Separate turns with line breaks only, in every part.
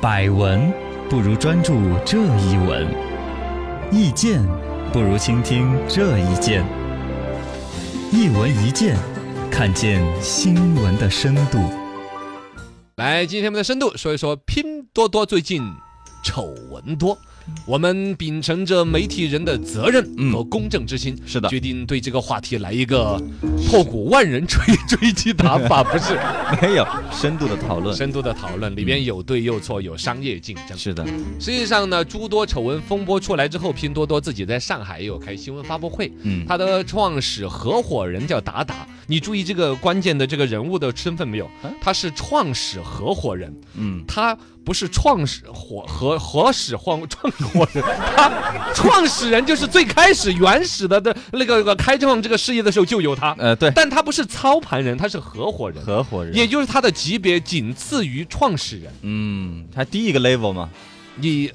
百闻不如专注这一闻，意见不如倾听这一见。一闻一见，看见新闻的深度。
来，今天我们的深度说一说拼多多最近丑闻多。我们秉承着媒体人的责任和公正之心，
嗯是的
决定对这个话题来一个破鼓万人锤追击打 法，不是
没有深度的讨论，
深度的讨论，里边有对有错，有商业竞争。
是的，
实际上呢，诸多丑闻风波出来之后，拼多多自己在上海也有开新闻发布会，
嗯，
它的创始合伙人叫达达。你注意这个关键的这个人物的身份没有
嗯？
他是创始合伙人，
嗯，
他不是创始伙合合始创创伙人，他创始人就是最开始原始的的那个那个开创这个事业的时候就有他，
呃，对，
但他不是操盘人，他是合伙人，
合伙人，
也就是他的级别仅次于创始人。
嗯，他第一个 level 嘛，
你，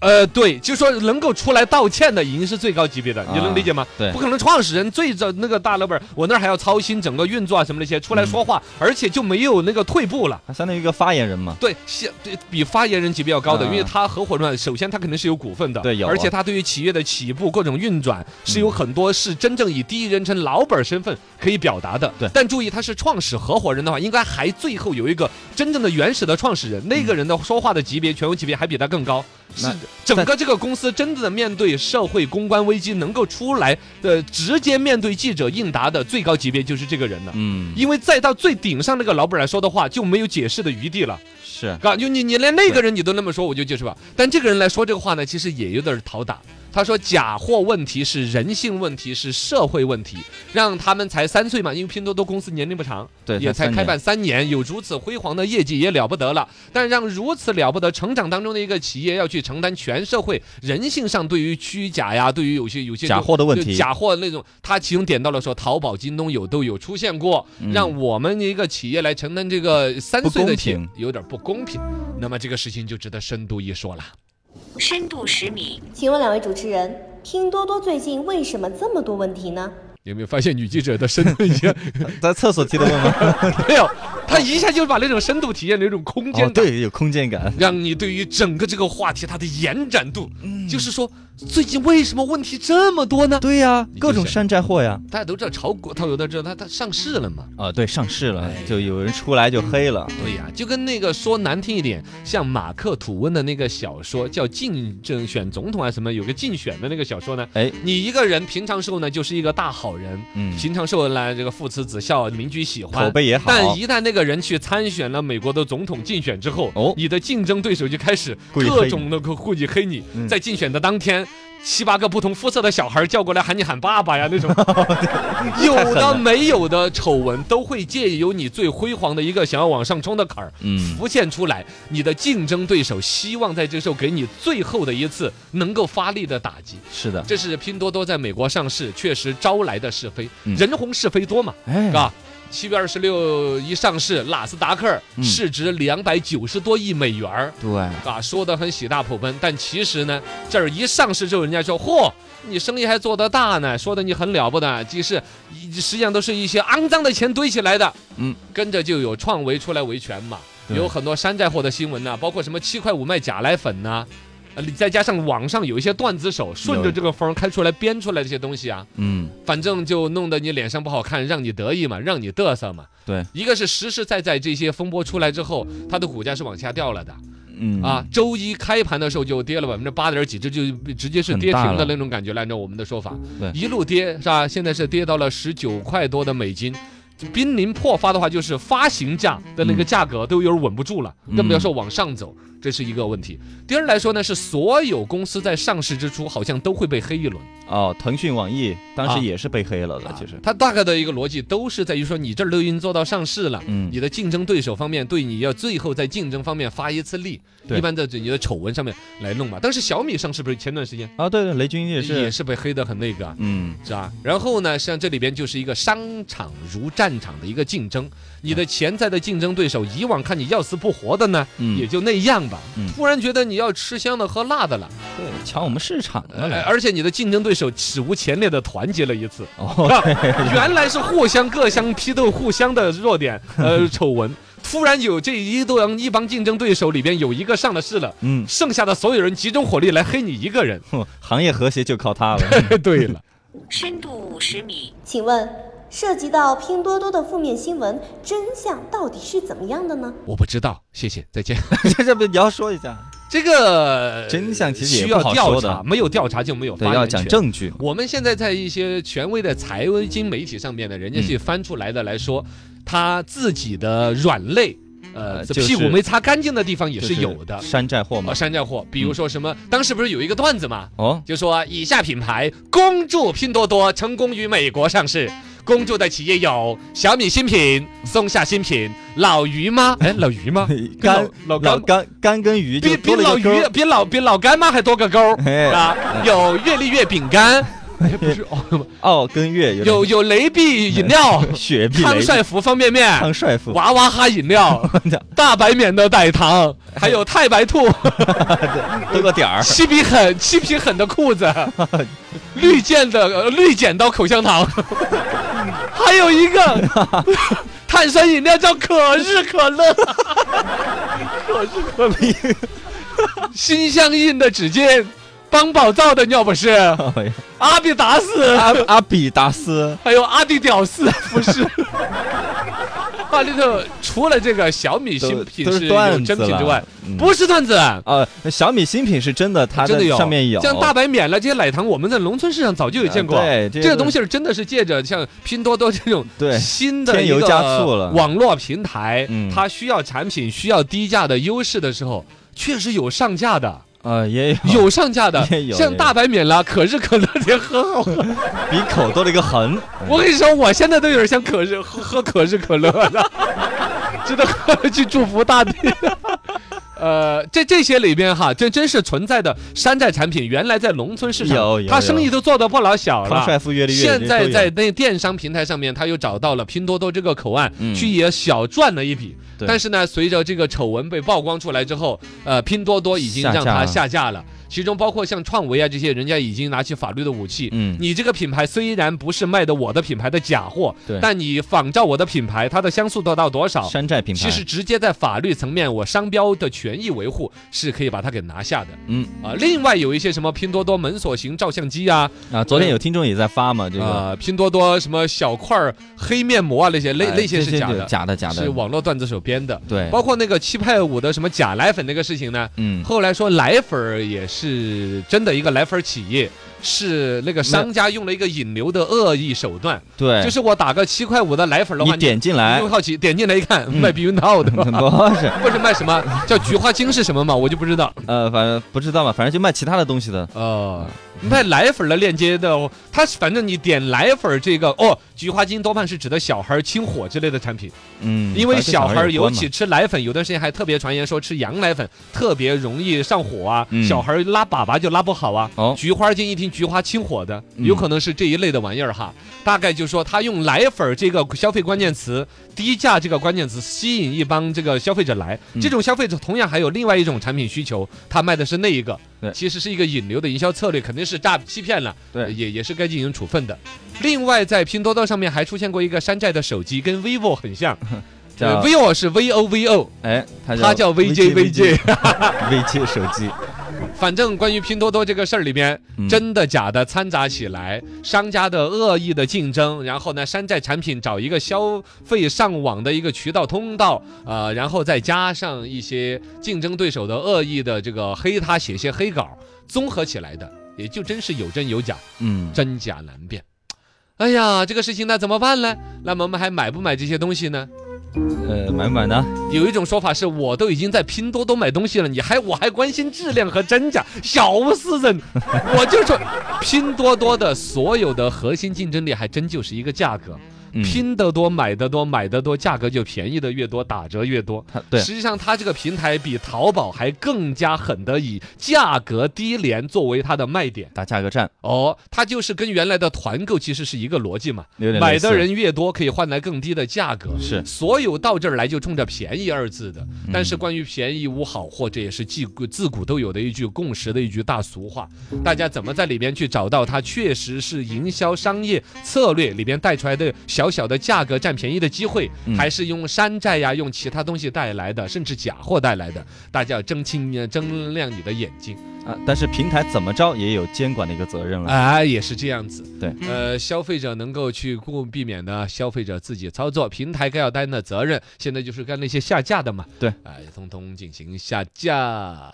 呃，对，就说能够出来道歉的已经是最高级别的，你
啊
能理解吗？
对
不可能创始人最早那个大老板，我那儿还要操心整个运作啊什么那些，出来说话，
嗯
而且就没有那个退步了。
他相当于一个发言人嘛，
对，现对比发言人级别要高的，
啊
因为他合伙人，首先他肯定是有股份的，
对有啊嗯
而且他对于企业的起步、各种运转是有很多是真正以第一人称老板身份可以表达的。
对
但注意他是创始合伙人的话，应该还最后有一个真正的原始的创始人，那个人的说话的级别、权威级别还比他更高。是
嗯那
整个这个公司真正的面对社会公关危机，能够出来呃直接面对记者应答的最高级别就是这个人了。
嗯，
因为再到最顶上那个老板来说的话，就没有解释的余地了。
是，
啊，就你你连那个人你都那么说，我就接受吧。但这个人来说这个话呢，其实也有点儿讨打。他说假货问题是人性问题，是社会问题，让他们才三岁嘛，因为拼多多公司年龄不长，
对，
也
他
才
三
开
年
办三年，有如此辉煌的业绩也了不得了。但让如此了不得成长当中的一个企业要去承担全社会人性上对于虚假呀，对于有些有些
假货的问
就
题，
假货那种，他其中点到了说淘宝、京东有都有出现过，
嗯
让我们一个企业来承担这个三
不
岁的
公
企业
平
有点不公平。那么这个事情就值得深度一说了。
深度十米，
请问两位主持人，拼多多最近为什么这么多问题呢？
有没有发现女记者的深度一下
在厕所提的 问吗？
没有？她一下就把那种深度体验的那种空间
哦，
感，
对，有空间感，
让你对于整个这个话题它的延展度，就是说最近为什么问题这么多呢？
对呀，
你就
各种
想
山寨货呀，
大家都知道炒股，他有的知道它它上市了嘛。
啊，对，上市了，就有人出来就黑了，
对呀、啊就跟那个说难听一点，像马克·吐温的那个小说叫《竞争选总统》啊什么，有个竞选的那个小说呢。
哎，
你一个人平常时候呢，就是一个大好人，
嗯，
平常时候呢这个父慈子孝，邻居喜欢，
口碑也好，
但一旦那个人去参选了美国的总统竞选之后，
哦
你的竞争对手就开始
故意
各
黑
种的故意黑你
嗯。
在竞选的当天，七八个不同肤色的小孩叫过来喊你喊爸爸呀那 种， 有的没有的丑闻都会借由你最辉煌的一个想要往上冲的坎儿。
嗯，
浮现出来，你的竞争对手希望在这时候给你最后的一次能够发力的打击，
是的，
这是拼多多在美国上市确实招来的是非，
嗯
人红是非多嘛。
哎
是，吧？七月二十六一上市，纳斯达克儿
嗯
市值两百九十多亿美元儿，
对，
啊，说的很喜大普奔，但其实呢，这儿一上市之后，人家说，嚯，你生意还做得大呢，说的你很了不得，其实一实际上都是一些肮脏的钱堆起来的，
嗯，
跟着就有创维出来维权嘛，
对
有很多山寨货的新闻呐、包括什么七块五卖假奶粉呐、呃，再加上网上有一些段子手顺着
有
这个风儿开出来编出来这些东西啊，
嗯，
反正就弄得你脸上不好看，让你得意嘛，让你嘚瑟嘛。
对，
一个是实实在在这些风波出来之后，它的股价是往下掉了的
嗯
啊。，周一开盘的时候就跌了百分之八点几，这就直接是跌停
很大
的
了
那种感觉了。按照我们的说法
对，
一路跌是吧？现在是跌到了十九块多的美金。濒临破发的话，就是发行价的那个价格都有点稳不住了，
嗯
更不要说往上走，这是一个问题。第二来说呢，是所有公司在上市之初，好像都会被黑一轮。
哦，腾讯、网易当
啊
时也是被黑了的，其实，
它大概的一个逻辑都是在于说，你这儿都已经做到上市了，
嗯
你的竞争对手方面对你要最后在竞争方面发一次力，
对
一般在你的丑闻上面来弄嘛。但是小米上市不是前段时间
啊，对对，雷军也
也
是，
是被黑得很那个啊。
嗯，
是吧？然后呢，像这里边就是一个商场如战场的一个竞争，你的潜在的竞争对手，以往看你要死不活的呢，
嗯
也就那样吧
嗯。
突然觉得你要吃香的喝辣的了，
对，抢我们市场的
呃
嘞，
而且你的竞争对手史无前例的团结了一次，
哦，
啊，原来是互相各相批斗互相的弱点，呃，丑闻。忽然有这一段一帮竞争对手里边有一个上了市了，
嗯，
剩下的所有人集中火力来黑你一个人。
哼行业和谐就靠它了。
对了，
深度五十米，
请问，涉及到拼多多的负面新闻，真相到底是怎么样的呢？
我不知道，谢谢，再 见。
这这不你要说一下，
这个
真相其实也
需
不
要
好
调
说的
查，没有调查就没有发
对，
言
要讲
权
证据。
我们现在在一些权威的财经媒体上面呢，人家
嗯
去翻出来的来说，他自己的软肋，呃，
呃
这
就是
屁股没擦干净的地方也是
就
有的。
山寨货嘛
啊，。山寨货，比
嗯
如说什么，当时不是有一个段子嘛，
哦，，
就说以下品牌恭祝拼多多成功于美国上市。恭祝的企业有小米新品、松下新品、老于妈，哎，老于妈跟
干
老老
老
干
干干跟鱼
比
就
比
多了
老
一个
于
钩，
比老比老干妈还多个勾儿
哎
啊！有月丽月饼干，哎不是哦，
哦，跟月有点
有有雷碧饮料、
雪碧
康
雷
帅福方便面
康、帅 傅，
娃娃哈饮 料、大白免的奶糖，还有太白兔、
多个点儿。
漆皮狠、漆皮狠的裤 子、绿箭的呃绿剪刀口香 糖，还有一个碳酸饮料叫可日可乐， 可日可乐，心相印的纸巾，邦宝皂的尿不湿，
哎呀
阿比达斯。
阿阿比达斯，
还有阿迪屌丝不是。 啊，这个除了这个小米新品
都都
是
是
有
段子
真品之外
了，嗯
不是段子，啊
呃，小米新品是真的，它
真
的
的有
上面有，
像大白免了这些奶糖，我们在农村市场早就有见过。
啊对这
这
些
个东西儿真的是借着像拼多多这种
对
新的
添
一
油
个
加醋了
网络平台
嗯，
它需要产品需要低价的优势的时候，确实有上架的。
呃也有，
有上架的
也，有
像大白免了、可日可乐这很好喝，
鼻口多了一个痕，
我跟你说，我现在都有点像可日喝喝可日可乐了， 真的喝了去祝福大地。呃，这这些里边哈，这真是存在的山寨产品，原来在农村市
有
场，
有
他生意都做得不老小
康帅
了。
傅越力越
现在在
都有
那电商平台上面，他又找到了拼多多这个口岸，
嗯
去也小赚了一笔。
对
但是呢，随着这个丑闻被曝光出来之后，呃，拼多多已经让
下架
它
了
下架了。其中包括像创维啊这些，人家已经拿起法律的武器，
嗯
你这个品牌虽然不是卖的我的品牌的假货，
对
但你仿照我的品牌，它的像素得到多少？
山寨品牌，
其实直接在法律层面，我商标的权益维护是可以把它给拿下的
嗯
啊。另外有一些什么拼多多门锁型照相机啊，
啊，昨天有听众也在发嘛，这个
啊，拼多多什么小块儿黑面膜啊那些，那
哎
那些
这
是假
就
的，
假的假的
是，网络段子手编的。
对，
包括那个七派五的什么假奶粉那个事情呢，
嗯，
后来说奶粉儿也是真的一个奶粉儿企业，是那个商家用了一个引流的恶意手段，
对，
就是我打个七块五的奶粉儿的话，
哎你点进来
你会好奇点进来一看，
嗯
卖避孕 套的吧。
不是，
或者卖什么叫菊花精是什么嘛？我就不知道。
呃，反正不知道嘛，反正就卖其他的东西的，哦
呃，卖奶粉儿的链接的，它是反正你点奶粉儿这个哦，菊花精多半是指的小孩儿清火之类的产品，
嗯，
因为
反正
小孩儿尤
关嘛
其吃奶粉，有段时间还特别传言说吃羊奶粉特别容易上火啊，
嗯
小孩儿拉粑粑就拉不好啊。
哦，
菊花精一听菊花清火的，
嗯
有可能是这一类的玩意儿哈。大概就说他用奶粉儿这个消费关键词、低价这个关键词吸引一帮这个消费者来。
嗯
这种消费者同样还有另外一种产品需求，他卖的是那一个
对，
其实是一个引流的营销策略，肯定是诈欺骗了，
对
也也是该进行处分的。另外，在拼多多上面还出现过一个山寨的手机，跟 vivo 很像 呃
叫
，vivo 是 V O V O，
哎，它
它叫 VJ
VJ VJ 手机，
反正关于拼多多这个事儿里边，
嗯
真的假的掺杂起来，商家的恶意的竞争，然后呢，山寨产品找一个消费上网的一个渠道通道，呃，然后再加上一些竞争对手的恶意的这个黑他写些黑稿，综合起来的，也就真是有真有假，
嗯，
真假难辨。哎呀，这个事情那怎么办呢？那么我们还买不买这些东西呢？
呃，买不买呢？
有一种说法是，我都已经在拼多多买东西了，你还我还关心质量和真假，小死人！ 我就说，拼多多的所有的核心竞争力还真就是一个价格，
嗯
拼得多，买得多，买得多，价格就便宜的越多，打折越多。
它对，
实际上它这个平台比淘宝还更加狠的以价格低廉作为它的卖点。
打价格战，
哦，它就是跟原来的团购其实是一个逻辑嘛，
有点
买
类似嗯
的人越多，可以换来更低的价格。
是嗯
所有到这儿来就冲着便宜二字的。但是关于便宜无好货，这也是自古自古都有的一句共识的一句大俗话。大家怎么在里边去找到它确实是营销商业策略里边带出来的小小小的价格占便宜的机会，
嗯
还是用山寨呀、用其他东西带来的，甚至假货带来的，大家要睁清呃睁亮你的眼睛。
啊，但是平台怎么着也有监管的一个责任了。
哎，也是这样子。
对，
呃，消费者能够去顾避免的，消费者自己操作，平台该要担的责任，现在就是干那些下架的嘛。
对，
哎，通通进行下架。